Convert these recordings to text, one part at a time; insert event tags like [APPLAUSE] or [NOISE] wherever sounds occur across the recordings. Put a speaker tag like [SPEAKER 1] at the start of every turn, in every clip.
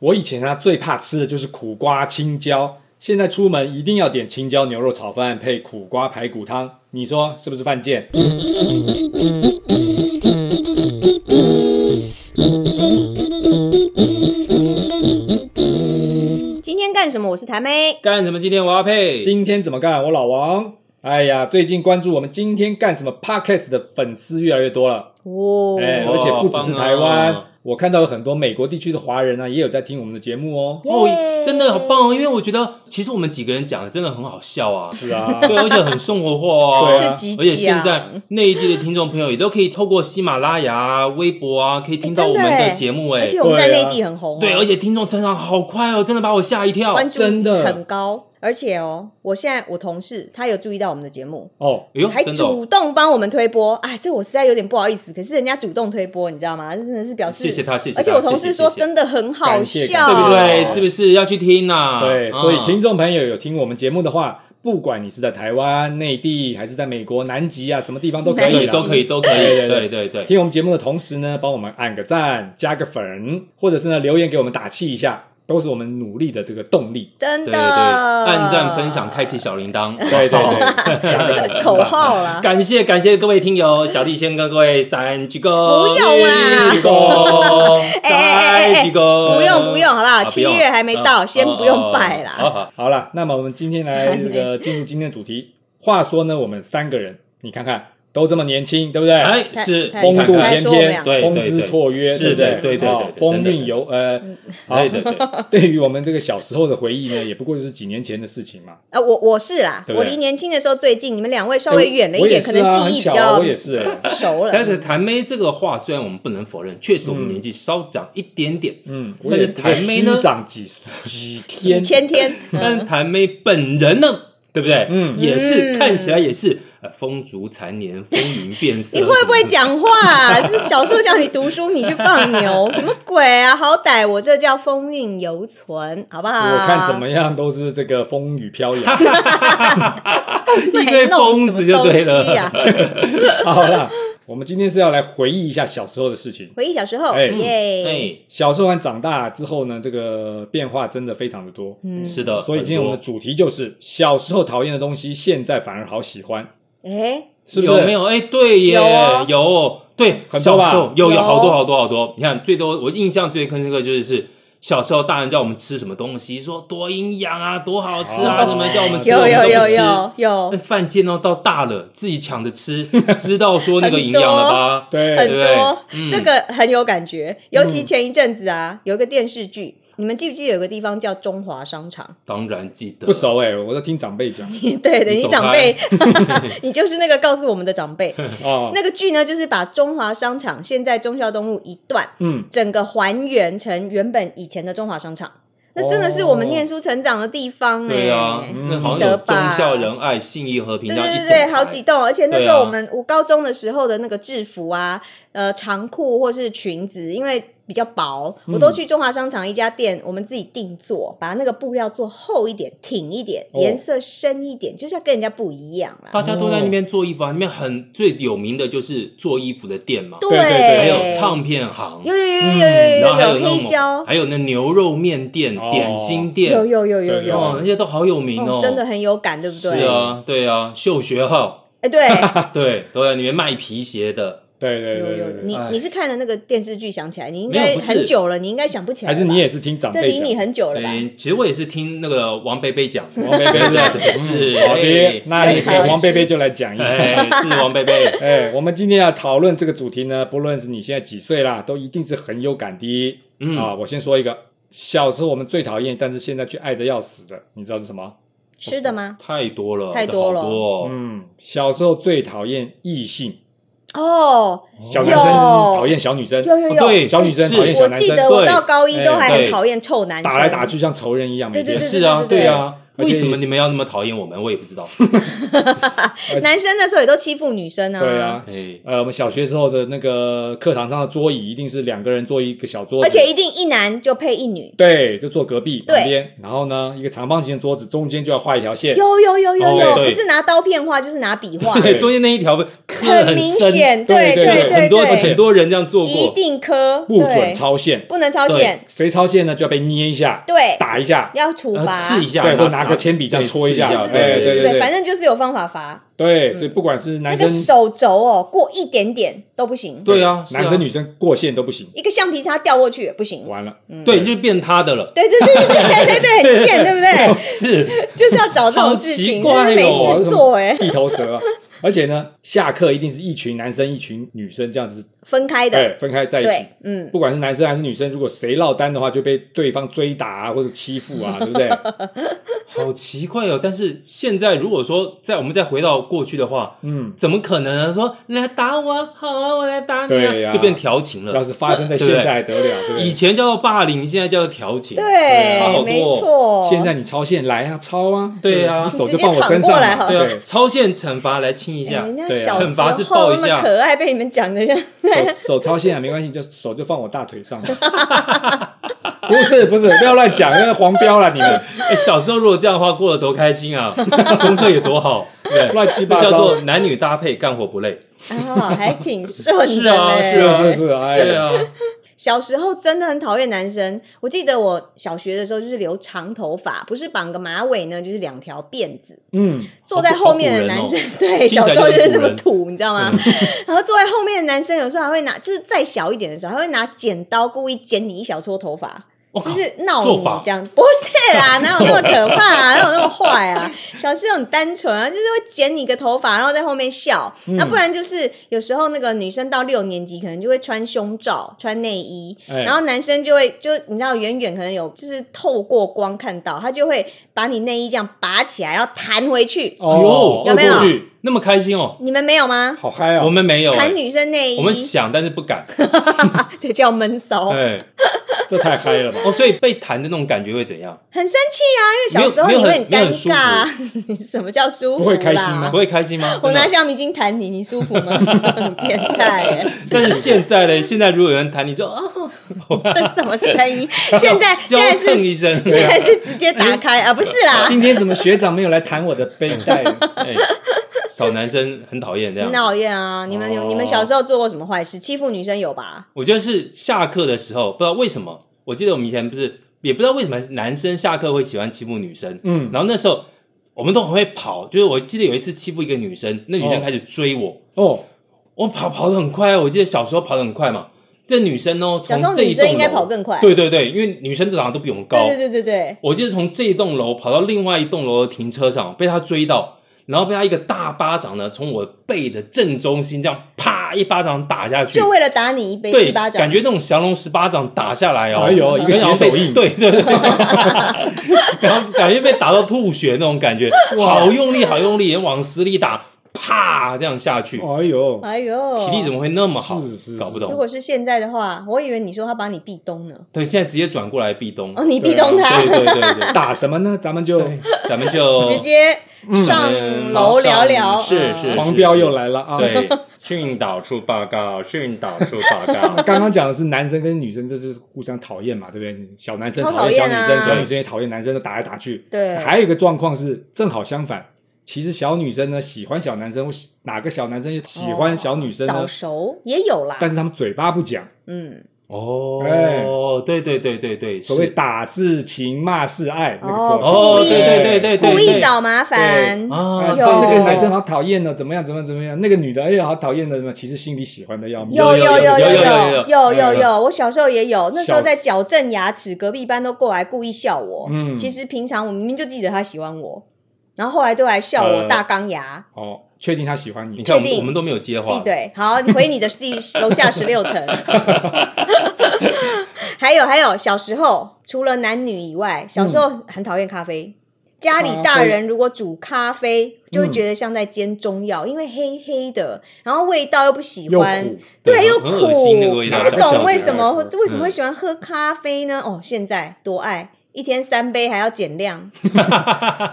[SPEAKER 1] 我以前啊最怕吃的就是苦瓜青椒，现在出门一定要点青椒牛肉炒饭配苦瓜排骨汤，你说是不是犯贱？
[SPEAKER 2] 嗯
[SPEAKER 3] 今天干什么？我是台妹。
[SPEAKER 2] 干什么？今天我要配
[SPEAKER 1] 今天怎么干？我老王。哎呀，最近关注我们今天干什么 podcast 的粉丝越来越多了，
[SPEAKER 3] 哦，
[SPEAKER 1] 哎，
[SPEAKER 2] 哇
[SPEAKER 1] 而且不只是
[SPEAKER 2] 棒啊
[SPEAKER 1] 台湾，我看到有很多美国地区的华人啊，也有在听我们的节目哦。
[SPEAKER 2] 哦，真的好棒哦！因为我觉得其实我们几个人讲的真的很好笑啊，
[SPEAKER 1] 是啊，
[SPEAKER 2] 对，而且很生活化
[SPEAKER 1] 对
[SPEAKER 2] 啊。
[SPEAKER 1] 啊
[SPEAKER 3] 自己
[SPEAKER 2] 而且现在内地的听众朋友也都可以透过喜马拉雅、啊、微博啊，可以听到我们
[SPEAKER 3] 哎真的哎
[SPEAKER 2] 的节目哎
[SPEAKER 3] 而。且我们在
[SPEAKER 1] 对
[SPEAKER 3] 内
[SPEAKER 1] 啊
[SPEAKER 3] 地很红、
[SPEAKER 2] 对，而且听众成长好快哦，真的把我吓一跳。
[SPEAKER 3] 关注
[SPEAKER 1] 真
[SPEAKER 3] 度
[SPEAKER 1] 的
[SPEAKER 3] 很高。而且哦，我现在我同事他有注意到我们的节目，
[SPEAKER 1] [LAUGHS] 哦，
[SPEAKER 2] 哎呦，
[SPEAKER 3] 还
[SPEAKER 2] 真的哦、
[SPEAKER 3] 主动帮我们推播。哎，这我实在有点不好意思，可是人家主动推播，你知道吗？这真的是表示
[SPEAKER 2] 谢谢他，谢谢他。
[SPEAKER 3] 而且我同事说
[SPEAKER 2] 谢谢谢谢
[SPEAKER 3] 真的很好
[SPEAKER 1] 感谢
[SPEAKER 3] 笑，啊
[SPEAKER 1] 感谢
[SPEAKER 2] 对不对？
[SPEAKER 1] 哦
[SPEAKER 2] 是不是要去听 [LAUGHS] 呐、啊？
[SPEAKER 1] 对，所以听
[SPEAKER 2] 嗯
[SPEAKER 1] 众朋友有听我们节目的话，不管你是在台湾、内地，还是在美国、南极啊，什么地方都可以
[SPEAKER 2] 对
[SPEAKER 1] 啦，
[SPEAKER 2] 都可以，都可以，
[SPEAKER 1] 对对
[SPEAKER 2] 对
[SPEAKER 1] 对
[SPEAKER 2] 对对对。
[SPEAKER 1] 听我们节目的同时呢，帮我们按个赞、加个粉，或者是呢留言给我们打气一下，都是我们努力的这个动
[SPEAKER 2] [LAUGHS]
[SPEAKER 1] 力。
[SPEAKER 3] 真的。
[SPEAKER 2] 对对，按赞、分享、
[SPEAKER 3] [LAUGHS]
[SPEAKER 2] 开启小铃铛，
[SPEAKER 1] 对对对，
[SPEAKER 2] 加个。
[SPEAKER 3] 这口号啦
[SPEAKER 2] [LAUGHS] 感谢感谢各位听友，小弟先跟各位三鞠躬，
[SPEAKER 3] 不用啦
[SPEAKER 2] 鞠躬，
[SPEAKER 3] [LAUGHS] 哎哎哎哎
[SPEAKER 2] 再鞠躬，
[SPEAKER 3] 不用不用，好不好？
[SPEAKER 2] 啊，
[SPEAKER 3] 七月还没到，先不用拜
[SPEAKER 2] 啦。哦好
[SPEAKER 3] 啦。
[SPEAKER 1] [LAUGHS]
[SPEAKER 2] 好，
[SPEAKER 1] 好了，那么我们今天来这
[SPEAKER 2] [LAUGHS]
[SPEAKER 1] 个进入今天的主题。话说呢，我们三个人，你看看都这么年轻，对不对？
[SPEAKER 2] 哎，是
[SPEAKER 3] 太
[SPEAKER 1] 风度
[SPEAKER 3] 太
[SPEAKER 1] 翩
[SPEAKER 3] 说我们俩
[SPEAKER 1] 翩，
[SPEAKER 2] 对
[SPEAKER 1] 风
[SPEAKER 2] 对
[SPEAKER 1] 姿
[SPEAKER 2] 对
[SPEAKER 1] 绰约，
[SPEAKER 2] 是
[SPEAKER 1] 不对
[SPEAKER 2] 的？对对
[SPEAKER 1] 哦
[SPEAKER 2] 对对
[SPEAKER 1] 风
[SPEAKER 2] 真的
[SPEAKER 1] 韵犹呃，好
[SPEAKER 2] 哎对
[SPEAKER 3] [LAUGHS]
[SPEAKER 2] 对对，
[SPEAKER 1] 对于我们这个小时候的回忆呢，也不过就是几年前的事情嘛。
[SPEAKER 3] 呃，我我是啦，
[SPEAKER 1] 对不
[SPEAKER 3] 我
[SPEAKER 1] 对
[SPEAKER 3] 离年轻的时候最近，你们两位稍微远了一点，
[SPEAKER 1] 我
[SPEAKER 3] 可
[SPEAKER 1] 也是啊
[SPEAKER 3] 能记忆比
[SPEAKER 1] 很巧啊
[SPEAKER 3] 较
[SPEAKER 1] 我也是哎 [LAUGHS]
[SPEAKER 3] 熟了。
[SPEAKER 2] 但是谭妹这个话虽然我们不能否认，确实我们年纪稍长一点点，
[SPEAKER 1] 嗯，
[SPEAKER 2] 但
[SPEAKER 1] 我也
[SPEAKER 2] 是台妹
[SPEAKER 1] 虚
[SPEAKER 2] 呢
[SPEAKER 1] 长几几
[SPEAKER 3] 几
[SPEAKER 1] 天，[LAUGHS]
[SPEAKER 3] 千天，
[SPEAKER 2] [LAUGHS] 但是
[SPEAKER 3] 嗯
[SPEAKER 2] 谭妹本人呢，对不对？
[SPEAKER 1] 嗯
[SPEAKER 2] 也是
[SPEAKER 3] 嗯
[SPEAKER 2] 看起来也是呃风烛残年，风云变
[SPEAKER 3] 嗯
[SPEAKER 2] 色。
[SPEAKER 3] 你会不会？讲话啊、是小时候叫你读书，你去放牛，什么鬼啊？好歹我这叫风韵犹存，好不好？
[SPEAKER 1] 我看
[SPEAKER 3] 啊
[SPEAKER 1] 怎么样都是这个风雨飘摇。
[SPEAKER 2] 一堆疯子就对了
[SPEAKER 3] 弄什么东西啊
[SPEAKER 1] [LAUGHS] 好啦，我们今天是要来回忆一下小时候的事情。
[SPEAKER 3] 回忆小时候，
[SPEAKER 1] 哎
[SPEAKER 3] 耶，
[SPEAKER 2] 哎，
[SPEAKER 1] 小时候和长大之后呢，这个变化真的非常的多。
[SPEAKER 3] 嗯
[SPEAKER 2] 是，的，
[SPEAKER 1] 所以今天我们的主题就是小时候讨厌的东西，现在反而好喜欢，
[SPEAKER 3] 哎，
[SPEAKER 1] 是不是？
[SPEAKER 2] 有没有？哎、对耶，
[SPEAKER 3] 有哦
[SPEAKER 2] 有对，
[SPEAKER 1] 很多
[SPEAKER 2] 小
[SPEAKER 1] 吧
[SPEAKER 2] 时候有
[SPEAKER 3] 有啊
[SPEAKER 2] 有好多好多好多。你看，最多我印象最深刻就是是小时候大人叫我们吃什么东西，说多营养啊，多好吃啊，
[SPEAKER 1] 哦
[SPEAKER 2] 什么叫我们吃，
[SPEAKER 3] 哎有
[SPEAKER 2] 我们
[SPEAKER 3] 有
[SPEAKER 2] 都
[SPEAKER 3] 有
[SPEAKER 2] 不吃。
[SPEAKER 3] 有
[SPEAKER 1] [LAUGHS]
[SPEAKER 2] 那
[SPEAKER 3] 有，
[SPEAKER 2] 饭见到到大了，自己抢
[SPEAKER 3] [LAUGHS]
[SPEAKER 2] 着吃，知道说那个营养了吧？
[SPEAKER 3] 很
[SPEAKER 1] 对，嗯
[SPEAKER 3] 多
[SPEAKER 2] 对不对嗯
[SPEAKER 3] 这个很有感觉，尤其前一阵子啊，有一个电视剧，你们记不记得有个地方叫中华商场？
[SPEAKER 2] 当然记得，
[SPEAKER 1] 不熟哎、我在听长辈讲
[SPEAKER 3] [LAUGHS] 对的，
[SPEAKER 2] 你
[SPEAKER 3] 你
[SPEAKER 2] 走
[SPEAKER 3] 长
[SPEAKER 2] 开
[SPEAKER 3] 辈，
[SPEAKER 2] [LAUGHS]
[SPEAKER 3] [LAUGHS] 你就是那个告诉我们的长辈。
[SPEAKER 1] 哦。
[SPEAKER 3] 那个剧呢，就是把中华商场现在忠孝东路一段
[SPEAKER 1] 嗯，
[SPEAKER 3] 整个还原成原本以前的中华商场。那真的是我们念书成长的地方哎、
[SPEAKER 2] 哦对啊，
[SPEAKER 1] 嗯
[SPEAKER 2] 那好
[SPEAKER 3] 记
[SPEAKER 2] 像
[SPEAKER 3] 得
[SPEAKER 2] 有
[SPEAKER 3] 吧
[SPEAKER 2] 忠孝仁爱、信义和平
[SPEAKER 3] 对
[SPEAKER 2] 这样一
[SPEAKER 3] 对
[SPEAKER 2] 整
[SPEAKER 3] 对，
[SPEAKER 2] 排，
[SPEAKER 3] 好几栋，而且那时
[SPEAKER 2] 对
[SPEAKER 3] 候
[SPEAKER 2] 啊
[SPEAKER 3] 我们、我高中的时候的那个制服啊，呃，长裤或是裙子，因为比较薄，我都去中华商场一家店，我们自己定做，把那个布料做厚一点、挺一点、
[SPEAKER 1] 哦
[SPEAKER 3] 颜色深一点，就是要跟人家不一样啦。
[SPEAKER 2] 大家都在那边做衣服啊，那边很最有名的就是做衣服的店嘛，
[SPEAKER 3] 对
[SPEAKER 1] 对对对
[SPEAKER 2] 还有唱片行，
[SPEAKER 3] 有有有有有
[SPEAKER 2] 然后还
[SPEAKER 3] 有
[SPEAKER 2] 有
[SPEAKER 3] 有
[SPEAKER 2] 那
[SPEAKER 3] 黑
[SPEAKER 2] 种
[SPEAKER 3] 胶，
[SPEAKER 2] 还有那牛肉面店、
[SPEAKER 1] 哦
[SPEAKER 2] 点心店，
[SPEAKER 3] 有有有有
[SPEAKER 1] 对
[SPEAKER 3] 有。
[SPEAKER 2] 哦，那些都好有名
[SPEAKER 3] 哦，
[SPEAKER 2] 哦，
[SPEAKER 3] 真的很有感，对不对？
[SPEAKER 2] 是啊，对啊，秀学号，
[SPEAKER 3] 哎，对，
[SPEAKER 1] 啊
[SPEAKER 2] 对，都在里面卖皮鞋的，
[SPEAKER 1] 对对
[SPEAKER 3] 有
[SPEAKER 1] 对对，，
[SPEAKER 3] 有
[SPEAKER 1] 啊对
[SPEAKER 3] 你
[SPEAKER 2] 哎
[SPEAKER 3] 你是看了那个电视剧想起来，你应
[SPEAKER 2] 没
[SPEAKER 3] 该
[SPEAKER 2] 有不是
[SPEAKER 3] 很久了，你应该想不起来
[SPEAKER 1] 还
[SPEAKER 3] 了
[SPEAKER 1] 是
[SPEAKER 3] 吧。
[SPEAKER 1] 你也是听长
[SPEAKER 3] 这
[SPEAKER 1] 辈
[SPEAKER 3] 离
[SPEAKER 1] 讲
[SPEAKER 3] 你。很久了吧？
[SPEAKER 2] 哎，其实我也是听那个王贝贝讲的，
[SPEAKER 1] 王贝贝
[SPEAKER 2] 对
[SPEAKER 1] 对
[SPEAKER 2] 对 [LAUGHS] 是，
[SPEAKER 1] 好的
[SPEAKER 2] 哎，
[SPEAKER 1] 那你可以
[SPEAKER 3] 是
[SPEAKER 1] 王贝贝就来讲一下。
[SPEAKER 2] 哎，是王贝贝，
[SPEAKER 1] 哎，我们今天要讨论这个主题呢，不论是你现在几岁啦，都一定是很有感的。
[SPEAKER 2] 嗯
[SPEAKER 1] 啊，我先说一个，小时候我们最讨厌，但是现在却爱得要死的，你知道是什么？
[SPEAKER 3] 吃的吗？
[SPEAKER 2] 太多了，
[SPEAKER 3] 太多了
[SPEAKER 2] 这好多哦，
[SPEAKER 1] 嗯，小时候最讨厌异性，
[SPEAKER 3] 哦，
[SPEAKER 1] 嗯小男生
[SPEAKER 3] 有
[SPEAKER 1] 讨厌小女生，
[SPEAKER 3] 有有
[SPEAKER 2] 哦
[SPEAKER 3] 有，
[SPEAKER 2] 对
[SPEAKER 1] 小女生
[SPEAKER 2] 是
[SPEAKER 1] 讨厌小
[SPEAKER 3] 我
[SPEAKER 1] 男
[SPEAKER 3] 记
[SPEAKER 1] 生，
[SPEAKER 3] 得我
[SPEAKER 2] 对
[SPEAKER 3] 到高一都还
[SPEAKER 2] 哎
[SPEAKER 3] 很
[SPEAKER 2] 对
[SPEAKER 3] 讨厌臭男生，
[SPEAKER 1] 打来打去像仇人一样，每天
[SPEAKER 3] 对
[SPEAKER 2] 也
[SPEAKER 3] 对
[SPEAKER 2] 是啊，
[SPEAKER 3] 对对对
[SPEAKER 2] 对啊，
[SPEAKER 1] 而
[SPEAKER 2] 为
[SPEAKER 1] 且
[SPEAKER 2] 什么你们要那么讨厌我们？我也
[SPEAKER 1] [LAUGHS]
[SPEAKER 2] 不知道。
[SPEAKER 3] 男生那时候也都欺负女生啊。
[SPEAKER 1] 对啊，
[SPEAKER 2] 哎， [LAUGHS]
[SPEAKER 1] 呃，我们小学时候的那个课堂上的桌椅一定是两个人坐一个小桌子，
[SPEAKER 3] 而且一定一男就配一女。
[SPEAKER 1] 对，就坐隔壁
[SPEAKER 3] 对
[SPEAKER 1] 旁边，然后呢，一个长方形的桌子中间就要画一条线，
[SPEAKER 3] 有有有有
[SPEAKER 1] 哦
[SPEAKER 3] 有，
[SPEAKER 2] 对
[SPEAKER 3] 不是拿刀片画就是拿笔
[SPEAKER 1] [LAUGHS]
[SPEAKER 3] 画，
[SPEAKER 1] 对
[SPEAKER 2] 中间那一条刻得
[SPEAKER 3] 很
[SPEAKER 2] 很
[SPEAKER 3] 明
[SPEAKER 2] 深
[SPEAKER 3] 显，
[SPEAKER 1] 对对
[SPEAKER 3] 对
[SPEAKER 1] 对
[SPEAKER 2] 很多很
[SPEAKER 3] 对，
[SPEAKER 2] 多人这样做
[SPEAKER 3] 一
[SPEAKER 2] 过，
[SPEAKER 3] 定磕，
[SPEAKER 1] 不准
[SPEAKER 3] 对，
[SPEAKER 1] 超线，
[SPEAKER 3] 不能超
[SPEAKER 2] 对
[SPEAKER 3] 线，哎
[SPEAKER 1] 谁超线呢就要被捏一下，
[SPEAKER 3] 对，
[SPEAKER 1] 打一下，
[SPEAKER 3] 要处
[SPEAKER 2] 然后
[SPEAKER 3] 罚
[SPEAKER 2] 啊刺一。下，
[SPEAKER 1] 对或拿个铅笔这样
[SPEAKER 2] 对
[SPEAKER 1] 戳一
[SPEAKER 2] 刺
[SPEAKER 1] 下
[SPEAKER 3] 对
[SPEAKER 1] 对
[SPEAKER 3] 对
[SPEAKER 1] 对对
[SPEAKER 3] 反正就是有方法罚。
[SPEAKER 1] 对，
[SPEAKER 3] 嗯
[SPEAKER 1] 所以不管是
[SPEAKER 3] 那
[SPEAKER 1] 男
[SPEAKER 3] 个
[SPEAKER 1] 生，
[SPEAKER 3] 手肘哦，过一点点都不行，
[SPEAKER 2] 对啊是啊
[SPEAKER 1] 男生女生过线都不行，
[SPEAKER 3] 一个橡皮擦掉过去也不行。
[SPEAKER 1] 完了，
[SPEAKER 3] 嗯，
[SPEAKER 2] 对，你就变他的了。
[SPEAKER 3] 对对对对对对对，
[SPEAKER 1] [LAUGHS]
[SPEAKER 3] 很贱，对不对？
[SPEAKER 2] 是，
[SPEAKER 3] 就是要找这种事情，
[SPEAKER 2] 好
[SPEAKER 3] 真是
[SPEAKER 2] 奇怪哦
[SPEAKER 3] 没事做哎，
[SPEAKER 1] 地头
[SPEAKER 3] [LAUGHS]
[SPEAKER 1] 蛇啊。而且呢，下课一定是一群男生一群女生这样子，哎
[SPEAKER 3] 分开的，
[SPEAKER 1] 对，分开在一起。
[SPEAKER 3] 对，嗯，
[SPEAKER 1] 不管是男生还是女生，如果谁落单的话，就被对方追打啊，或者欺负
[SPEAKER 3] [LAUGHS]
[SPEAKER 1] 啊，对不对？
[SPEAKER 2] 好奇怪哦。但是现在如果说在我们再回到过去的话，
[SPEAKER 1] 嗯，
[SPEAKER 2] 怎么可能呢？说你来打我，好啊，我来打你、
[SPEAKER 1] 对呀
[SPEAKER 2] 就变调情
[SPEAKER 1] 要
[SPEAKER 2] 了。
[SPEAKER 1] 是发生在现在还得了，对不
[SPEAKER 2] 以
[SPEAKER 1] 对？
[SPEAKER 2] 前叫做霸凌，现在叫做调情。差好
[SPEAKER 3] 对，
[SPEAKER 2] 多
[SPEAKER 3] 没错。
[SPEAKER 1] 现在你超线来啊，超啊，
[SPEAKER 2] 对啊
[SPEAKER 1] 你手
[SPEAKER 3] 哦
[SPEAKER 1] 就
[SPEAKER 3] 你直接
[SPEAKER 1] 放我身
[SPEAKER 3] 躺过
[SPEAKER 1] 上
[SPEAKER 3] 来
[SPEAKER 1] 嘛，
[SPEAKER 3] 好
[SPEAKER 2] 对
[SPEAKER 3] 了
[SPEAKER 2] 啊，超限惩罚来亲一
[SPEAKER 3] 哎
[SPEAKER 2] 下
[SPEAKER 3] 人，家
[SPEAKER 1] 对啊
[SPEAKER 3] 小
[SPEAKER 2] 惩罚是
[SPEAKER 3] 时
[SPEAKER 2] 抱
[SPEAKER 3] 候
[SPEAKER 2] 一
[SPEAKER 3] 那
[SPEAKER 2] 下
[SPEAKER 3] 么可爱，被你们讲的像
[SPEAKER 1] 手手超线啊，没关系，就手就放我大腿上嘛。 [LAUGHS] 不是不是，不要乱讲，那个黄标了你们，
[SPEAKER 2] 哎，小时候如果这样的话，过得多开心
[SPEAKER 3] [LAUGHS]
[SPEAKER 2] 啊！功课也多好，对，
[SPEAKER 1] 乱七
[SPEAKER 2] 这
[SPEAKER 1] 八
[SPEAKER 2] 叫
[SPEAKER 1] 糟
[SPEAKER 2] 做。男女搭配，干活不累。
[SPEAKER 3] 啊，还挺顺
[SPEAKER 2] 是
[SPEAKER 3] 的
[SPEAKER 2] 啊
[SPEAKER 3] 嘞
[SPEAKER 1] 是啊是啊是啊，哎
[SPEAKER 2] 对
[SPEAKER 1] 呀，
[SPEAKER 2] 啊，
[SPEAKER 3] 小时候真的很讨厌男生。我记得我小学的时候就是留长头发，不是绑个马尾呢，就是两条辫子。
[SPEAKER 1] 嗯，
[SPEAKER 3] 坐在后面的男生，对，
[SPEAKER 2] 哦听起来
[SPEAKER 3] 小时候就是这么
[SPEAKER 2] 就很嗯
[SPEAKER 3] 土，你知道吗？ [LAUGHS] 然后坐在后面的男生有时候还会拿，就是再小一点的时候，还会拿剪刀故意剪你一小撮头发。
[SPEAKER 2] 我靠
[SPEAKER 3] 就，是闹
[SPEAKER 2] 做
[SPEAKER 3] 你
[SPEAKER 2] 法
[SPEAKER 3] 这样，不是啦，哪有那么可怕啊，哪有那么坏啊？小时候很单纯啊，就是会剪你个头发，然后在后面笑。
[SPEAKER 1] 嗯
[SPEAKER 3] 啊那不然就是有时候那个女生到六年级，可能就会穿胸罩、穿内衣，
[SPEAKER 1] 哎
[SPEAKER 3] 然后男生就会就你知道远远可能有就是透过光看到，他就会把你内衣这样拔起来，然后弹回去。
[SPEAKER 1] 哦
[SPEAKER 2] 呦
[SPEAKER 3] 有没有
[SPEAKER 1] 恶作剧
[SPEAKER 2] 那么开心哦。
[SPEAKER 3] 你们没有吗？
[SPEAKER 1] 好嗨
[SPEAKER 2] 我
[SPEAKER 1] 哦！
[SPEAKER 2] 们没有，
[SPEAKER 3] 弹
[SPEAKER 2] 哎
[SPEAKER 3] 女生内衣，
[SPEAKER 2] 我们想但是不敢。
[SPEAKER 3] [LAUGHS] 这叫闷骚，
[SPEAKER 2] [LAUGHS] 对，
[SPEAKER 1] 这太嗨了吧？
[SPEAKER 2] 哦，所以被弹的那种感觉会怎样？
[SPEAKER 3] 很生气啊，因为小时候
[SPEAKER 2] 没有
[SPEAKER 3] 你会
[SPEAKER 2] 没有很没有
[SPEAKER 3] 尴
[SPEAKER 2] 很
[SPEAKER 3] 尬啊。你 [LAUGHS] 什么叫舒服啦？
[SPEAKER 1] 不会开心吗
[SPEAKER 2] 不会开心吗？
[SPEAKER 3] 哦 [LAUGHS] 我拿
[SPEAKER 2] 真的
[SPEAKER 3] 橡皮筋弹你，你舒服吗？很变态耶！
[SPEAKER 2] [LAUGHS] 但是现在嘞，现在如果有人弹你就啊，
[SPEAKER 3] 这什么声音？现在哦现
[SPEAKER 2] 娇
[SPEAKER 3] 在
[SPEAKER 2] 蹭
[SPEAKER 3] 是
[SPEAKER 2] 一
[SPEAKER 3] [LAUGHS]
[SPEAKER 2] 声，啊
[SPEAKER 3] 现在是直接打开
[SPEAKER 2] [LAUGHS]
[SPEAKER 3] 啊？不是啦，
[SPEAKER 1] 今天怎么学长没有来弹我的背带？
[SPEAKER 2] 哎，小男生很讨厌这
[SPEAKER 3] 很
[SPEAKER 2] 样。
[SPEAKER 3] 讨厌啊！你们
[SPEAKER 1] 哦
[SPEAKER 3] 你们小时候做过什么坏事？欺负女生有吧？
[SPEAKER 2] 我觉得是下课的时候，不知道为什么，我记得我们以前不是也不知道为什么男生下课会喜欢欺负女生，
[SPEAKER 1] 嗯，
[SPEAKER 2] 然后那时候我们都很会跑，就是我记得有一次欺负一个女生，那女
[SPEAKER 1] 哦
[SPEAKER 2] 生开始追我，
[SPEAKER 1] 哦，
[SPEAKER 2] 我跑跑得很快，啊我记得小时候跑得很快嘛。这女生哦，
[SPEAKER 3] 小
[SPEAKER 2] 从
[SPEAKER 3] 时候
[SPEAKER 2] 这
[SPEAKER 3] 女
[SPEAKER 2] 一
[SPEAKER 3] 生
[SPEAKER 2] 栋
[SPEAKER 3] 应该跑
[SPEAKER 2] 楼，
[SPEAKER 3] 更快。
[SPEAKER 2] 对对对，因为女生通常都比我们高，
[SPEAKER 3] 对对对对对，
[SPEAKER 2] 我记得从这一栋楼跑到另外一栋楼的停车场，被他追到，然后被他一个大巴掌呢，从我背的正中心这样啪一巴掌打下去
[SPEAKER 3] 就，为了打你一杯
[SPEAKER 2] 对，
[SPEAKER 3] 一巴掌，
[SPEAKER 2] 感觉那种降龙十八掌打下来哦，
[SPEAKER 1] 哎呦一个
[SPEAKER 2] 然后
[SPEAKER 1] 血手
[SPEAKER 2] 被
[SPEAKER 1] 印
[SPEAKER 2] 对对对， [LAUGHS] 然后感觉被打到吐血那种感觉，好用力，好用力，往死里打，啪这样下去，
[SPEAKER 1] 哎呦，
[SPEAKER 3] 哎呦，
[SPEAKER 2] 体力怎么会那么好
[SPEAKER 1] 是是？
[SPEAKER 2] 搞不
[SPEAKER 3] 如
[SPEAKER 2] 懂。
[SPEAKER 3] 果是现在的话，我以为你说他把你壁咚呢。
[SPEAKER 2] 对，现在直接转过来壁咚，
[SPEAKER 3] 哦，你壁咚他，
[SPEAKER 2] 对对对对，
[SPEAKER 1] 打什么呢？咱们就
[SPEAKER 2] 对咱们就
[SPEAKER 3] [LAUGHS] 直接上
[SPEAKER 2] 嗯
[SPEAKER 3] 楼聊
[SPEAKER 2] 上
[SPEAKER 3] 聊。
[SPEAKER 2] 是
[SPEAKER 3] 嗯
[SPEAKER 2] 是
[SPEAKER 1] 黄标又来了啊！，
[SPEAKER 2] [LAUGHS] 对，训导处报告，训导处报告
[SPEAKER 1] [LAUGHS] [LAUGHS] 。刚刚讲的是男生跟女生，这就是互相讨厌嘛，对不对？小男生
[SPEAKER 3] 超
[SPEAKER 1] 讨厌小
[SPEAKER 3] 讨
[SPEAKER 1] 女
[SPEAKER 3] 厌啊
[SPEAKER 1] 生，小女生也讨厌男生，就打来打去。
[SPEAKER 3] 对，
[SPEAKER 1] 还有一个状况是正好相反，其实小女生呢喜欢小男生，或喜哪个小男生也喜欢小女生呢
[SPEAKER 3] 哦早？熟也有啦。
[SPEAKER 1] 但是他们嘴巴不讲，
[SPEAKER 3] 嗯，
[SPEAKER 2] 哦，对对对对对，
[SPEAKER 1] 所谓
[SPEAKER 2] 是
[SPEAKER 1] 打是情，骂是爱，那个时候
[SPEAKER 3] 哦，
[SPEAKER 2] 哦
[SPEAKER 3] 故意
[SPEAKER 2] 对对对对对
[SPEAKER 3] 故意找麻烦。
[SPEAKER 1] 啊，
[SPEAKER 2] 啊，
[SPEAKER 3] 有
[SPEAKER 1] 那个男生好讨厌哦，怎么样，怎么样，怎么样？那个女的，哎呀，好讨厌的，怎么样？其实心里喜欢的要命。
[SPEAKER 3] 有有有
[SPEAKER 2] 有有
[SPEAKER 3] 有
[SPEAKER 2] 有
[SPEAKER 3] 有
[SPEAKER 1] 有
[SPEAKER 3] 有
[SPEAKER 1] 有
[SPEAKER 3] 有，我小时候也有，那时候
[SPEAKER 1] 笑死
[SPEAKER 3] 在矫正牙齿，隔壁班都过来故意笑我。
[SPEAKER 1] 嗯
[SPEAKER 3] 其实平常我明明就记得他喜欢我，然后后来都来笑我
[SPEAKER 2] 呃
[SPEAKER 3] 大钢牙，
[SPEAKER 1] 哦，确定他喜欢
[SPEAKER 2] 你
[SPEAKER 1] 你？
[SPEAKER 2] 看我
[SPEAKER 3] 确
[SPEAKER 2] 们
[SPEAKER 3] 定
[SPEAKER 2] 我们都没有接话，
[SPEAKER 3] 闭嘴！好，你回你的地楼下十六层。还有还有，小时候除了男女以外，小时
[SPEAKER 1] 嗯
[SPEAKER 3] 候很讨厌咖啡。家里大人如果煮咖啡，
[SPEAKER 1] 嗯
[SPEAKER 3] 就会觉得像在煎中药，因为黑黑的，然后味道又不喜
[SPEAKER 1] 又
[SPEAKER 3] 欢，
[SPEAKER 1] 苦，啊
[SPEAKER 3] 对，
[SPEAKER 2] 对
[SPEAKER 3] 又
[SPEAKER 1] 嗯
[SPEAKER 2] 很恶心那个
[SPEAKER 3] 苦，
[SPEAKER 2] 味
[SPEAKER 1] 道
[SPEAKER 3] 不
[SPEAKER 1] 小小
[SPEAKER 3] 懂
[SPEAKER 1] 的
[SPEAKER 3] 为什么
[SPEAKER 1] 那个嗯
[SPEAKER 3] 为什么会喜欢喝咖啡呢？哦，现在多爱，一天三杯还要减量，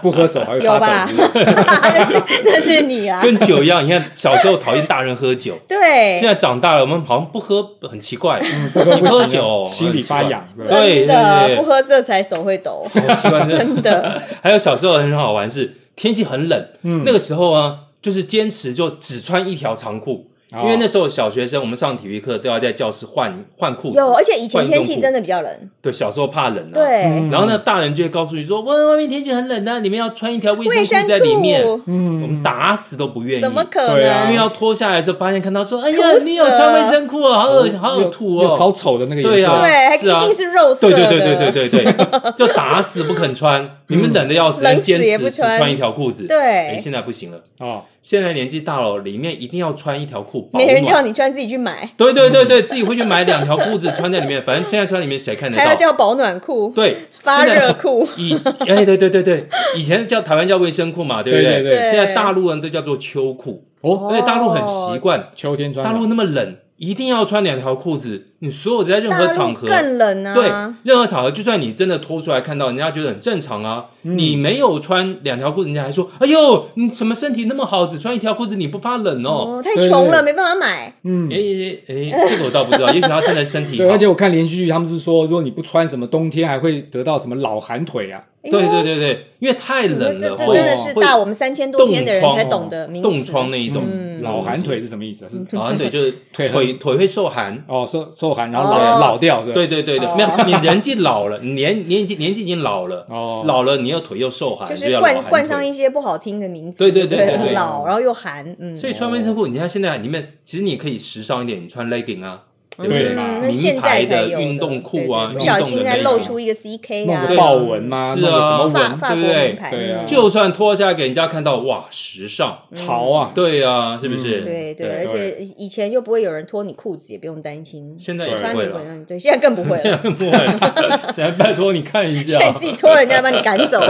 [SPEAKER 1] 不喝手还会发
[SPEAKER 3] 有
[SPEAKER 1] 抖
[SPEAKER 3] 吧？
[SPEAKER 1] 是不是。
[SPEAKER 3] [LAUGHS] 那是那是你啊，
[SPEAKER 2] 跟酒一样。你看小时候讨厌大人
[SPEAKER 3] [LAUGHS]
[SPEAKER 2] 喝酒，
[SPEAKER 3] 对，
[SPEAKER 2] 现在长大了，我们好像不喝很奇怪，
[SPEAKER 1] 嗯不喝
[SPEAKER 2] 你喝
[SPEAKER 1] 不行
[SPEAKER 2] 酒
[SPEAKER 1] 啊，心里发痒。哦
[SPEAKER 2] 很奇怪
[SPEAKER 1] 对
[SPEAKER 3] 真
[SPEAKER 2] 对对对
[SPEAKER 3] 的
[SPEAKER 2] 对
[SPEAKER 3] 不喝这才手会
[SPEAKER 2] [LAUGHS]
[SPEAKER 3] 抖，
[SPEAKER 2] 好奇怪真
[SPEAKER 3] 真
[SPEAKER 2] 的。
[SPEAKER 3] 的。
[SPEAKER 2] 还有小时候很好玩是天气很冷，
[SPEAKER 1] 嗯
[SPEAKER 2] 那个时候啊，就是坚持就只穿一条长裤，
[SPEAKER 1] 哦
[SPEAKER 2] 因为那时候小学生，我们上体育课都要在教室换换裤子。
[SPEAKER 3] 有，而且以前
[SPEAKER 2] 换运动
[SPEAKER 3] 天气
[SPEAKER 2] 裤
[SPEAKER 3] 真的比较冷，
[SPEAKER 2] 对小时候怕冷啊。。
[SPEAKER 3] 对
[SPEAKER 1] 嗯，
[SPEAKER 2] 然后呢，大人就会告诉你说，外外面天气很冷啊，你们要穿一条卫
[SPEAKER 3] 卫
[SPEAKER 2] 生
[SPEAKER 3] 生
[SPEAKER 2] 裤在里面。
[SPEAKER 3] 裤
[SPEAKER 1] 嗯
[SPEAKER 2] 我们打死都不愿意。
[SPEAKER 3] 怎么可
[SPEAKER 1] 对啊
[SPEAKER 2] 因为
[SPEAKER 3] 能？
[SPEAKER 2] 要脱下来的时候，发现看到说，哎
[SPEAKER 3] 吐
[SPEAKER 2] 呀
[SPEAKER 3] 死，
[SPEAKER 2] 你有穿卫生裤哦，好恶心，好
[SPEAKER 1] 有
[SPEAKER 2] 有吐
[SPEAKER 1] 有嗯超
[SPEAKER 2] 哦。
[SPEAKER 1] 丑的那个
[SPEAKER 2] 对
[SPEAKER 1] 颜
[SPEAKER 2] 啊
[SPEAKER 1] 色，
[SPEAKER 3] 对，
[SPEAKER 2] 是啊
[SPEAKER 3] 一定是肉色
[SPEAKER 2] 对
[SPEAKER 3] 的，
[SPEAKER 2] 对对对对对对，就打死不肯穿。你们冷的要死，
[SPEAKER 3] 冷
[SPEAKER 2] 但
[SPEAKER 3] 死
[SPEAKER 2] 坚
[SPEAKER 3] 也
[SPEAKER 2] 持
[SPEAKER 3] 不
[SPEAKER 2] 只
[SPEAKER 3] 穿
[SPEAKER 2] 穿一条裤子。哎，
[SPEAKER 3] 对
[SPEAKER 2] 现在不行了，
[SPEAKER 1] 哦，
[SPEAKER 2] 现在年纪大了，里面一定要穿一条裤，保
[SPEAKER 3] 没人叫
[SPEAKER 2] 暖。
[SPEAKER 3] 你穿，自己去买，
[SPEAKER 2] 对对对对，自己会去买两条裤子穿在里面，反正现在穿里面谁看得
[SPEAKER 3] 还要
[SPEAKER 2] 到？
[SPEAKER 3] 叫保暖裤、
[SPEAKER 2] 对，
[SPEAKER 3] 发
[SPEAKER 2] 现在
[SPEAKER 3] 热裤，
[SPEAKER 2] 以哎对对对对，以前叫台湾叫卫生裤嘛，对不
[SPEAKER 1] 对对对
[SPEAKER 2] 现在大陆人都叫做秋裤，
[SPEAKER 1] 哦，
[SPEAKER 2] 而且大陆很习惯，
[SPEAKER 1] 秋天穿的
[SPEAKER 2] 大陆那么冷，一定要穿两条裤子。你所有在任何
[SPEAKER 3] 大
[SPEAKER 2] 场
[SPEAKER 3] 陆
[SPEAKER 2] 合，
[SPEAKER 3] 更冷
[SPEAKER 2] 对
[SPEAKER 3] 啊。
[SPEAKER 2] 任何场合，就算你真的脱出来看到，人家觉得很正常啊。
[SPEAKER 1] 嗯
[SPEAKER 2] 你没有穿两条裤子，人家还说：“哎呦，你什么身体那么好，只穿一条裤子，你不怕冷哦？”
[SPEAKER 3] 哦，太
[SPEAKER 1] 对对
[SPEAKER 3] 穷了，
[SPEAKER 1] 对
[SPEAKER 3] 没办法买。
[SPEAKER 1] 嗯
[SPEAKER 2] 哎，哎哎，这个我倒不知道，也许他真的身体
[SPEAKER 1] [LAUGHS] 对，
[SPEAKER 2] 好
[SPEAKER 1] 而。且我看连续剧，他们是说，如果你不穿什么，冬天还会得到什么老寒腿啊，
[SPEAKER 3] 哎呦
[SPEAKER 2] 对对对对，因为太冷
[SPEAKER 3] 这
[SPEAKER 2] 了，
[SPEAKER 3] 这
[SPEAKER 2] 会
[SPEAKER 3] 真的是
[SPEAKER 2] 会
[SPEAKER 3] 大我们三千多天的人才
[SPEAKER 2] 冻哦
[SPEAKER 3] 懂的名词。
[SPEAKER 2] 冻疮那一种
[SPEAKER 3] 嗯
[SPEAKER 1] 老寒腿，是什么意思啊？是
[SPEAKER 2] [LAUGHS] 老寒腿就是
[SPEAKER 1] 腿
[SPEAKER 2] 腿
[SPEAKER 1] 很
[SPEAKER 2] 腿会受寒。
[SPEAKER 1] 哦，受受寒，然后老
[SPEAKER 3] 哦
[SPEAKER 1] 老掉，是吧？
[SPEAKER 2] 对，对对对，
[SPEAKER 3] 哦
[SPEAKER 2] 没有， [LAUGHS] 你人既老了，你年年纪年纪已经老了，
[SPEAKER 1] 哦，
[SPEAKER 2] 老了你又腿又受寒，
[SPEAKER 3] 就是
[SPEAKER 2] 要老寒
[SPEAKER 3] 冠
[SPEAKER 2] 腿
[SPEAKER 3] 冠上一些不好听的名词。
[SPEAKER 2] 对对对
[SPEAKER 3] 对
[SPEAKER 2] 对对
[SPEAKER 3] 老然后又寒，嗯。
[SPEAKER 2] 所以穿卫生裤，你看现在里面，其实你可以时尚一点，你穿 legging 啊，对
[SPEAKER 3] 嗯，
[SPEAKER 2] 不对？
[SPEAKER 1] 嘛
[SPEAKER 3] 那
[SPEAKER 2] 名
[SPEAKER 3] 现
[SPEAKER 2] 牌
[SPEAKER 3] 在
[SPEAKER 2] 的
[SPEAKER 3] 才有
[SPEAKER 2] 运动裤啊
[SPEAKER 3] 对对不小
[SPEAKER 2] 运动
[SPEAKER 3] 心
[SPEAKER 2] 的
[SPEAKER 3] 再
[SPEAKER 2] 内
[SPEAKER 3] 露
[SPEAKER 2] 裤
[SPEAKER 3] 出一个 CK
[SPEAKER 1] 弄
[SPEAKER 3] 啊，
[SPEAKER 1] 个豹纹嘛，
[SPEAKER 2] 是
[SPEAKER 1] 弄个什
[SPEAKER 2] 啊
[SPEAKER 1] 么
[SPEAKER 3] 法
[SPEAKER 1] 纹，
[SPEAKER 3] 法国
[SPEAKER 2] 对不对
[SPEAKER 3] 名牌，
[SPEAKER 1] 对啊
[SPEAKER 3] 嗯
[SPEAKER 2] 就算脱下来给人家看到，哇，时尚，
[SPEAKER 1] 潮啊，
[SPEAKER 2] 对啊，是不是？
[SPEAKER 1] 嗯
[SPEAKER 3] 对
[SPEAKER 2] 对
[SPEAKER 3] 对，而且以前又不会有人脱你裤子，也不用担心。
[SPEAKER 2] 现在也
[SPEAKER 3] 穿
[SPEAKER 2] 不
[SPEAKER 3] 你
[SPEAKER 2] 会
[SPEAKER 3] 滚
[SPEAKER 2] 了。
[SPEAKER 3] 上，对，现在更不会
[SPEAKER 2] 现在
[SPEAKER 3] 了，
[SPEAKER 1] [LAUGHS]
[SPEAKER 2] [LAUGHS] 不会了，现在拜托你看一
[SPEAKER 3] 现在 [LAUGHS]
[SPEAKER 2] 下
[SPEAKER 3] 自，己脱了人家把你赶
[SPEAKER 1] [LAUGHS]
[SPEAKER 3] 走。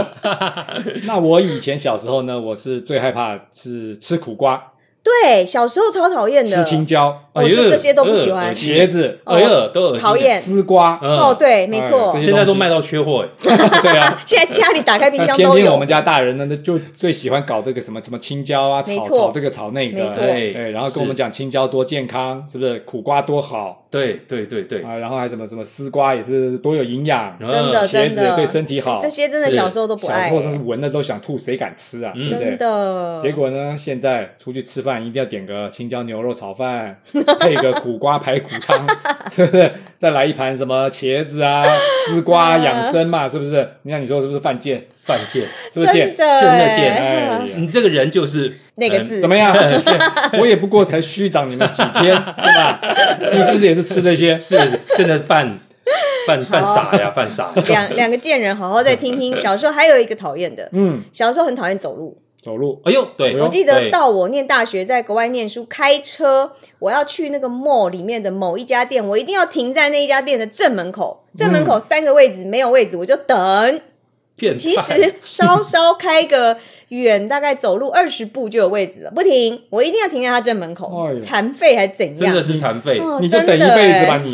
[SPEAKER 1] 那我以前小时候呢，我是最害怕是吃苦瓜、
[SPEAKER 3] 对，小时候超讨厌
[SPEAKER 1] 吃
[SPEAKER 3] 的。
[SPEAKER 1] 青椒、
[SPEAKER 3] [LAUGHS] 我
[SPEAKER 2] 哎呦
[SPEAKER 3] 这这些都不喜欢
[SPEAKER 2] 恶心
[SPEAKER 1] 茄子、
[SPEAKER 3] 哦
[SPEAKER 2] 哎呀，都恶心
[SPEAKER 3] 讨厌
[SPEAKER 1] 丝瓜，
[SPEAKER 2] 嗯
[SPEAKER 3] 哦，对，没错
[SPEAKER 1] 哎这些，
[SPEAKER 2] 现在都卖到
[SPEAKER 3] [LAUGHS]
[SPEAKER 2] 缺货，哎
[SPEAKER 1] 对啊。
[SPEAKER 3] 现在家里打开冰
[SPEAKER 1] 但
[SPEAKER 3] 箱
[SPEAKER 1] 偏
[SPEAKER 3] 都
[SPEAKER 1] 偏我
[SPEAKER 3] 有
[SPEAKER 1] 们。家大人呢，那就最喜欢搞这个什么什么青椒啊，
[SPEAKER 3] 没
[SPEAKER 1] 炒
[SPEAKER 3] 错
[SPEAKER 1] 炒这个炒那
[SPEAKER 3] 没
[SPEAKER 1] 个，
[SPEAKER 3] 错
[SPEAKER 1] 哎，
[SPEAKER 2] 哎
[SPEAKER 1] 哎然后跟我们讲青椒多健康，是不是？苦瓜多好
[SPEAKER 2] 对对对 [LAUGHS] 对，
[SPEAKER 1] 啊，然后还什么什么丝瓜也是多有营养，
[SPEAKER 2] 真
[SPEAKER 3] 真的
[SPEAKER 1] 茄
[SPEAKER 3] 真
[SPEAKER 1] 嗯子也
[SPEAKER 3] 的
[SPEAKER 1] 对身体好，
[SPEAKER 3] 这些真的
[SPEAKER 2] 是
[SPEAKER 3] 小时候都不
[SPEAKER 1] 小
[SPEAKER 3] 爱
[SPEAKER 1] 时，候真是闻了都想吐，谁敢吃啊？
[SPEAKER 2] 嗯
[SPEAKER 1] 对不对？
[SPEAKER 3] 真的。
[SPEAKER 1] 结果呢，现在出去吃饭一定要点个青椒牛肉炒饭，配个苦瓜排骨汤，是不是？再来一盘什么茄子啊、丝瓜，
[SPEAKER 3] 啊
[SPEAKER 1] 养生嘛，是不是？你看你说是不是犯贱？
[SPEAKER 2] 犯贱，
[SPEAKER 1] 是不是
[SPEAKER 3] 真
[SPEAKER 1] 贱？
[SPEAKER 3] 的
[SPEAKER 2] 真的贱
[SPEAKER 3] 哎
[SPEAKER 1] 哎呀
[SPEAKER 2] 你这个人就是
[SPEAKER 3] 那个
[SPEAKER 1] [LAUGHS]
[SPEAKER 3] 字
[SPEAKER 1] 怎么
[SPEAKER 3] [LAUGHS]
[SPEAKER 1] 样？我也不过才虚长你们几天，是吧？你是不是也是吃这
[SPEAKER 3] [LAUGHS]
[SPEAKER 1] 些？
[SPEAKER 2] 是是真的犯犯犯
[SPEAKER 3] 啊
[SPEAKER 2] 傻呀，
[SPEAKER 3] [LAUGHS]
[SPEAKER 2] 犯傻呀，
[SPEAKER 3] 两两个贱人，好好再听听。小时候还有一个讨厌的，
[SPEAKER 1] 嗯，
[SPEAKER 3] 小时候很讨厌走路。
[SPEAKER 1] 走路
[SPEAKER 2] 哎呦，对，
[SPEAKER 3] 我记得
[SPEAKER 2] 对
[SPEAKER 3] 到我念大学，在国外念书，开车我要去那个 mall 里面的某一家店，我一定要停在那一家店的正门口。正门口三个位置、没有位置，我就等。
[SPEAKER 2] 嗯变态
[SPEAKER 3] 其实稍稍开个远，大概走路二十步就有位置了，不停，我一定要停在他正门口
[SPEAKER 1] 哎呦，
[SPEAKER 3] 残废还怎
[SPEAKER 2] 真
[SPEAKER 3] 样
[SPEAKER 2] 的？是残废，
[SPEAKER 3] 哦
[SPEAKER 1] 你就
[SPEAKER 3] 真
[SPEAKER 1] 等一
[SPEAKER 3] 的
[SPEAKER 1] 辈子吧，
[SPEAKER 3] 哎
[SPEAKER 1] 你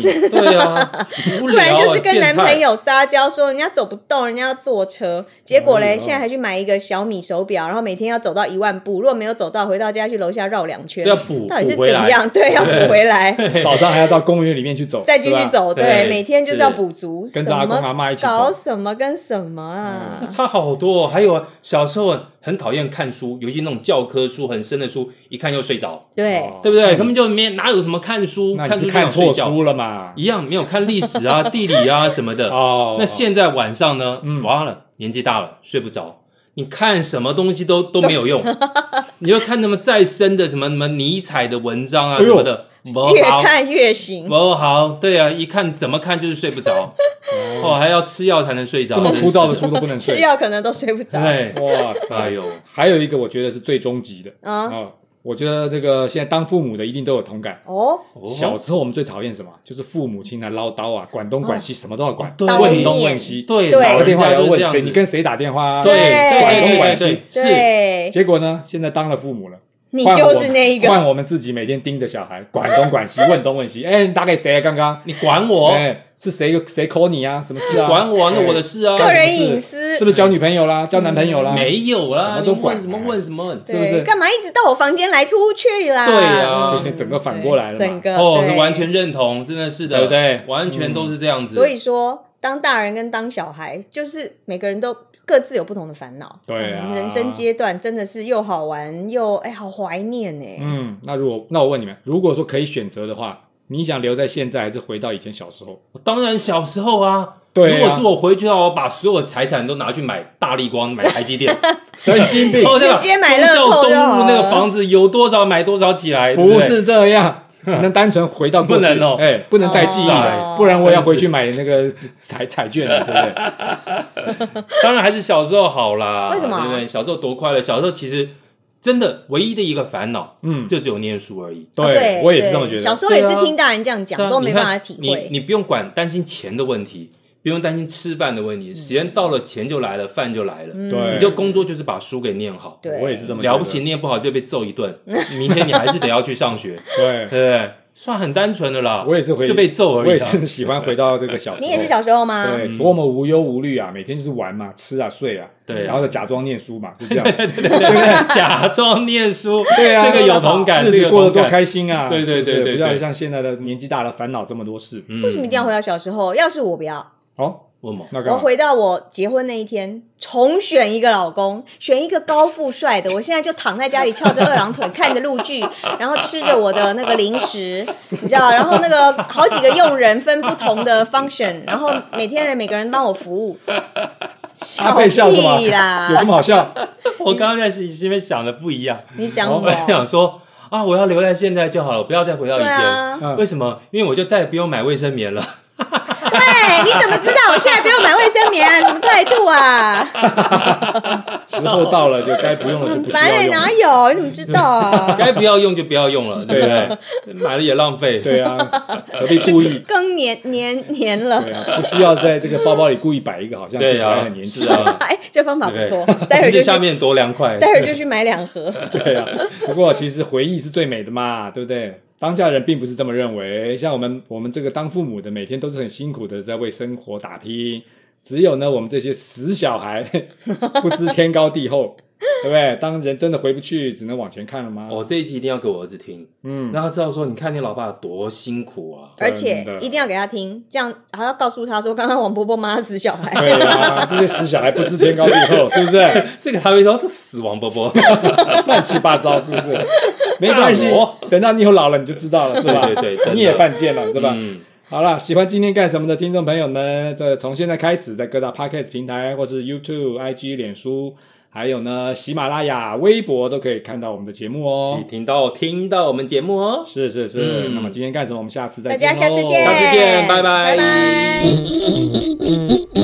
[SPEAKER 3] [LAUGHS]
[SPEAKER 2] 对啊，无
[SPEAKER 3] 不
[SPEAKER 2] 聊
[SPEAKER 3] 然
[SPEAKER 2] 啊
[SPEAKER 3] 就是跟男朋
[SPEAKER 2] 变态
[SPEAKER 3] 友撒娇说人家走不动，人家要坐车。结果
[SPEAKER 1] 哎
[SPEAKER 3] 嘞，
[SPEAKER 1] 呦
[SPEAKER 3] 现在还去买一个小米手表，然后每天要走到一万步，如果没有走到，回到家去楼下绕两圈
[SPEAKER 2] 都，要啊补
[SPEAKER 3] 到底是
[SPEAKER 2] 补
[SPEAKER 3] 怎
[SPEAKER 2] 回来，
[SPEAKER 3] 样？对，要补
[SPEAKER 1] [LAUGHS]
[SPEAKER 3] 回来，
[SPEAKER 1] 早上还要到公园里面去走，
[SPEAKER 3] 再继
[SPEAKER 1] 是
[SPEAKER 3] 续
[SPEAKER 1] 吧，
[SPEAKER 3] 走。
[SPEAKER 2] 对
[SPEAKER 3] 对，每天就是要补足。
[SPEAKER 1] 跟
[SPEAKER 3] 什
[SPEAKER 1] 着阿公阿
[SPEAKER 3] 么
[SPEAKER 1] 妈一起
[SPEAKER 3] 搞
[SPEAKER 1] 走。
[SPEAKER 3] 什么跟什么啊
[SPEAKER 2] 这？差好多、哦。还有啊，小时候很讨厌看书，尤其那种教科书很深的书，一看就睡着，
[SPEAKER 3] 对，
[SPEAKER 1] 哦
[SPEAKER 2] 对不对？根本就没哪有什么看书，
[SPEAKER 1] 那你
[SPEAKER 2] 书
[SPEAKER 1] 是
[SPEAKER 2] 就想
[SPEAKER 1] 看
[SPEAKER 2] 睡
[SPEAKER 1] 错
[SPEAKER 2] 觉，
[SPEAKER 1] 书了嘛？
[SPEAKER 2] 一样没有看历
[SPEAKER 3] [LAUGHS]
[SPEAKER 2] 史啊、地理啊什么的。
[SPEAKER 1] 哦，
[SPEAKER 2] 那现在晚上呢？
[SPEAKER 1] 嗯
[SPEAKER 2] 完了，年纪大了，睡不着。你看什么东西都都没有
[SPEAKER 1] [LAUGHS]
[SPEAKER 2] 用，你就看那么再深的什么什么尼采的文章啊
[SPEAKER 1] 哎呦
[SPEAKER 2] 什么的，不
[SPEAKER 3] 越
[SPEAKER 2] 好
[SPEAKER 3] 看越行。
[SPEAKER 2] 不好，对啊，一看怎么看就是睡不
[SPEAKER 1] [LAUGHS]
[SPEAKER 2] 着，哦，还要吃药才能睡着，
[SPEAKER 1] 这么枯燥的书
[SPEAKER 2] 真
[SPEAKER 1] 都不能
[SPEAKER 3] [LAUGHS] 吃
[SPEAKER 1] 睡，
[SPEAKER 3] 药可能都睡不
[SPEAKER 2] 是
[SPEAKER 3] 着。
[SPEAKER 2] 对，
[SPEAKER 1] 哇
[SPEAKER 2] 哎
[SPEAKER 1] 塞！
[SPEAKER 2] 呦，
[SPEAKER 1] [LAUGHS] 还有一个我觉得是最终极的
[SPEAKER 3] 啊，
[SPEAKER 1] 啊，我觉得这个现在当父母的一定都有同感。
[SPEAKER 3] 哦，
[SPEAKER 1] 小时候我们最讨厌什么？就是父母亲来唠叨啊，管东管西，什么都要管，
[SPEAKER 2] 哦对
[SPEAKER 1] 问东问西，
[SPEAKER 2] 对
[SPEAKER 3] 嗯对
[SPEAKER 1] 打个
[SPEAKER 2] 老
[SPEAKER 1] 电
[SPEAKER 2] 人
[SPEAKER 1] 话
[SPEAKER 2] 家
[SPEAKER 1] 也要
[SPEAKER 2] 就是
[SPEAKER 1] 问
[SPEAKER 2] 这样
[SPEAKER 1] 谁，
[SPEAKER 2] 子，
[SPEAKER 1] 你跟谁打电话啊？
[SPEAKER 2] 对
[SPEAKER 3] 对
[SPEAKER 2] 对对对
[SPEAKER 1] 管东管
[SPEAKER 2] 对
[SPEAKER 1] 西，
[SPEAKER 2] 是
[SPEAKER 3] 对，
[SPEAKER 1] 结果呢，现在当了父母了，
[SPEAKER 3] 你
[SPEAKER 1] 换
[SPEAKER 3] 就
[SPEAKER 1] 我
[SPEAKER 3] 是
[SPEAKER 1] 们
[SPEAKER 3] 那一个
[SPEAKER 1] 换我们自己每天盯着小孩，管东管
[SPEAKER 3] [LAUGHS]
[SPEAKER 1] 西，问东问西。哎、你打给谁啊？刚刚？
[SPEAKER 2] 你管我，
[SPEAKER 1] 哎，是谁谁 call 你啊？什么事啊？
[SPEAKER 2] 管我，那
[SPEAKER 1] 哎
[SPEAKER 2] 我的事啊，
[SPEAKER 3] 个
[SPEAKER 1] 是不
[SPEAKER 3] 人
[SPEAKER 1] 是
[SPEAKER 3] 隐私
[SPEAKER 1] 是不是交女朋友啦？交男朋友啦？
[SPEAKER 2] 没有啦，
[SPEAKER 1] 什么都
[SPEAKER 2] 你
[SPEAKER 1] 管
[SPEAKER 2] 问什么
[SPEAKER 1] 哎
[SPEAKER 2] 问什么问。
[SPEAKER 1] 是不是
[SPEAKER 3] 对，干嘛一直到我房间来出去啦？
[SPEAKER 2] 对啊
[SPEAKER 3] 嗯
[SPEAKER 1] 所以整个反过来了嘛
[SPEAKER 3] 对整个
[SPEAKER 2] 哦，
[SPEAKER 3] 对
[SPEAKER 2] 完全认同，真的是的，
[SPEAKER 1] 对不对嗯
[SPEAKER 2] 完全都是这样子。
[SPEAKER 3] 所以说，当大人跟当小孩，就是每个人都各自有不同的烦恼。
[SPEAKER 1] 对啊
[SPEAKER 3] 嗯人生阶段真的是又好玩又哎，好怀念呢。
[SPEAKER 1] 嗯，那如果那我问你们，如果说可以选择的话，你想留在现在，还是回到以前小时候？
[SPEAKER 2] 当然小时候啊，
[SPEAKER 1] 对啊
[SPEAKER 2] 如果是我 [LAUGHS] 回去的话，我把所有财产都拿去买大力光、买台积
[SPEAKER 1] [LAUGHS]
[SPEAKER 2] 电，
[SPEAKER 1] 神经病
[SPEAKER 2] 然，后那个
[SPEAKER 3] 直接买乐
[SPEAKER 2] 忠孝
[SPEAKER 3] 透
[SPEAKER 2] 东
[SPEAKER 3] 就好
[SPEAKER 2] 路那个
[SPEAKER 3] 了
[SPEAKER 2] 房子有多少买多少起来，哎对
[SPEAKER 1] 不
[SPEAKER 2] 对
[SPEAKER 1] 是这
[SPEAKER 2] [LAUGHS]
[SPEAKER 1] 样。只能单纯回到过去，
[SPEAKER 2] 不能哦
[SPEAKER 1] 哎，不能带记忆
[SPEAKER 3] 哦
[SPEAKER 1] 来，不然我要回去买那个彩 [LAUGHS] 彩券了，对不
[SPEAKER 2] [LAUGHS]
[SPEAKER 1] 对？
[SPEAKER 2] 当然还是小时候好啦。
[SPEAKER 3] 为什么
[SPEAKER 2] 对不对？小时候多快乐！小时候其实真的唯一的一个烦恼
[SPEAKER 1] 嗯，
[SPEAKER 2] 就只有念书而已。
[SPEAKER 3] 啊哦对，
[SPEAKER 1] 我也是这么觉
[SPEAKER 3] 对
[SPEAKER 1] 得。
[SPEAKER 3] 小时候也是
[SPEAKER 2] 对啊
[SPEAKER 3] 听大人这样讲，
[SPEAKER 2] 是啊
[SPEAKER 3] 都没
[SPEAKER 2] 你看
[SPEAKER 3] 办法体会。
[SPEAKER 2] 你你不用管担心钱的问题，不用担心吃饭的问题，时间到了，钱就来了，饭就来了。
[SPEAKER 3] 嗯
[SPEAKER 1] 对
[SPEAKER 2] 你就工作就是把书给念好，
[SPEAKER 3] 对，
[SPEAKER 1] 我也是这么觉得
[SPEAKER 2] 了不起，念不好就被揍一顿， [LAUGHS] 明天你还是得要去上
[SPEAKER 1] [LAUGHS]
[SPEAKER 2] 学，对
[SPEAKER 1] 对
[SPEAKER 2] 不，对？算很单纯的啦。
[SPEAKER 1] 我也是回
[SPEAKER 2] 就被揍
[SPEAKER 1] 我
[SPEAKER 2] 而
[SPEAKER 1] 也
[SPEAKER 2] 已啦。
[SPEAKER 1] 是喜欢回到这个小时候。
[SPEAKER 3] 你也是小时候啊吗？
[SPEAKER 2] 嗯
[SPEAKER 1] 对，多么无忧无虑啊！每天就是玩嘛，吃啊，睡啊，
[SPEAKER 2] 对啊
[SPEAKER 1] 然后就假装念书嘛，就这样。
[SPEAKER 2] [LAUGHS] 对 [LAUGHS] 对对对，假装
[SPEAKER 1] [LAUGHS]
[SPEAKER 2] 念书，
[SPEAKER 1] 对啊
[SPEAKER 2] 这个有同感，
[SPEAKER 1] 日
[SPEAKER 2] 这
[SPEAKER 1] 子
[SPEAKER 2] 个
[SPEAKER 1] 过得
[SPEAKER 2] 有
[SPEAKER 1] 多
[SPEAKER 2] 同感。
[SPEAKER 1] 开心啊！
[SPEAKER 2] 对对
[SPEAKER 1] 是不是
[SPEAKER 2] 对对对
[SPEAKER 1] 不要像现在的年纪大了，烦恼这么多事。
[SPEAKER 2] 嗯
[SPEAKER 3] 为什么一定要回到小时候？要是我不要，
[SPEAKER 1] 哦，
[SPEAKER 2] 问我？ [LAUGHS]
[SPEAKER 1] 那干
[SPEAKER 3] 我
[SPEAKER 1] 嘛？
[SPEAKER 3] 回到我结婚那一天，重选一个老公， [LAUGHS] 选一个高富帅的。我现在就躺在家里翘着二郎腿看着陆剧， [LAUGHS] 然后吃着我的那个零食，你知道？然后那个好几个佣人分不同的 function，然后每天人每个人帮我服
[SPEAKER 1] [LAUGHS]
[SPEAKER 3] 务。
[SPEAKER 1] 阿
[SPEAKER 3] 笑
[SPEAKER 1] 佩笑什么？
[SPEAKER 3] 屁啦！
[SPEAKER 1] 有这么好笑？
[SPEAKER 2] 我刚刚在心里面想的不一样，
[SPEAKER 3] 你想
[SPEAKER 2] 我
[SPEAKER 3] 我？
[SPEAKER 1] 哦
[SPEAKER 2] 想说啊，我要留在现在就好了，不要再回到以
[SPEAKER 3] 对
[SPEAKER 2] 前。
[SPEAKER 3] 啊，
[SPEAKER 1] 嗯
[SPEAKER 2] 为什么？因为我就再也不用买卫生
[SPEAKER 1] [LAUGHS]
[SPEAKER 2] 棉了。
[SPEAKER 3] 对，你怎么知道我现在不用买卫生棉、 [LAUGHS] 啊？什么态度啊？
[SPEAKER 1] [LAUGHS] 时候到了就该不用了，就不需
[SPEAKER 3] 反
[SPEAKER 1] 要
[SPEAKER 3] 正
[SPEAKER 1] 用了
[SPEAKER 3] 欸哪。有？你怎么知道
[SPEAKER 1] [LAUGHS]
[SPEAKER 3] 啊？
[SPEAKER 2] 该不要用就不要用了，对不对？买了也浪
[SPEAKER 1] 啊
[SPEAKER 2] 费。
[SPEAKER 1] 对啊，何必故
[SPEAKER 2] [LAUGHS]
[SPEAKER 1] 意？
[SPEAKER 3] 更年年年了
[SPEAKER 1] 对。啊，不需要在这个包包里故意摆一个，好像就
[SPEAKER 2] 对
[SPEAKER 1] 起来
[SPEAKER 2] 啊，
[SPEAKER 1] 很年轻
[SPEAKER 2] 是。啊，
[SPEAKER 3] [LAUGHS] 哎，这方法不错，待会儿
[SPEAKER 2] 这
[SPEAKER 3] 就
[SPEAKER 2] 下
[SPEAKER 3] 去，
[SPEAKER 2] 面多凉快。
[SPEAKER 3] 待会儿就去买两盒。
[SPEAKER 1] [LAUGHS] [LAUGHS] 对啊，不过其实回忆是最美的嘛，对不对？当下人并不是这么认为，像我们我们这个当父母的，每天都是很辛苦的在为生活打拼。只有呢，我们这些死小孩 [LAUGHS] 不知天高地厚，对不对？当人真的回不去，只能往前看了吗？
[SPEAKER 2] 哦我这一集一定要给我儿子听，
[SPEAKER 1] 嗯，
[SPEAKER 2] 让他知道说，你看你老爸多辛苦啊。
[SPEAKER 3] 而且
[SPEAKER 1] 真的
[SPEAKER 3] 一定要给他听，这样还要告诉他说，刚刚王伯伯妈死小孩，
[SPEAKER 1] 对啊，这些死小孩不知天高地厚，是不是？
[SPEAKER 2] 这个他会说，这死王伯伯。
[SPEAKER 1] [LAUGHS] 乱七八糟，是不
[SPEAKER 2] [LAUGHS]
[SPEAKER 1] 是？没关系
[SPEAKER 2] 大魔，
[SPEAKER 1] 等到你以后老了你就知道了，是吧？
[SPEAKER 2] 对对对真的
[SPEAKER 1] 你也犯贱了，是吧？
[SPEAKER 2] 嗯
[SPEAKER 1] 好了，喜欢今天干什么的听众朋友呢，这从现在开始，在各大 podcast 平台或是 YouTube、IG、脸书，还有呢喜马拉雅、微博都可以看到我们的节目哦
[SPEAKER 2] 你。听到听到我们节目哦，
[SPEAKER 1] 是是是，
[SPEAKER 2] 嗯
[SPEAKER 1] 那么今天干什么？我们下次再
[SPEAKER 3] 大
[SPEAKER 1] 见
[SPEAKER 3] 家
[SPEAKER 1] 喽。
[SPEAKER 3] 下次见，
[SPEAKER 2] 下次见拜拜
[SPEAKER 3] 拜拜。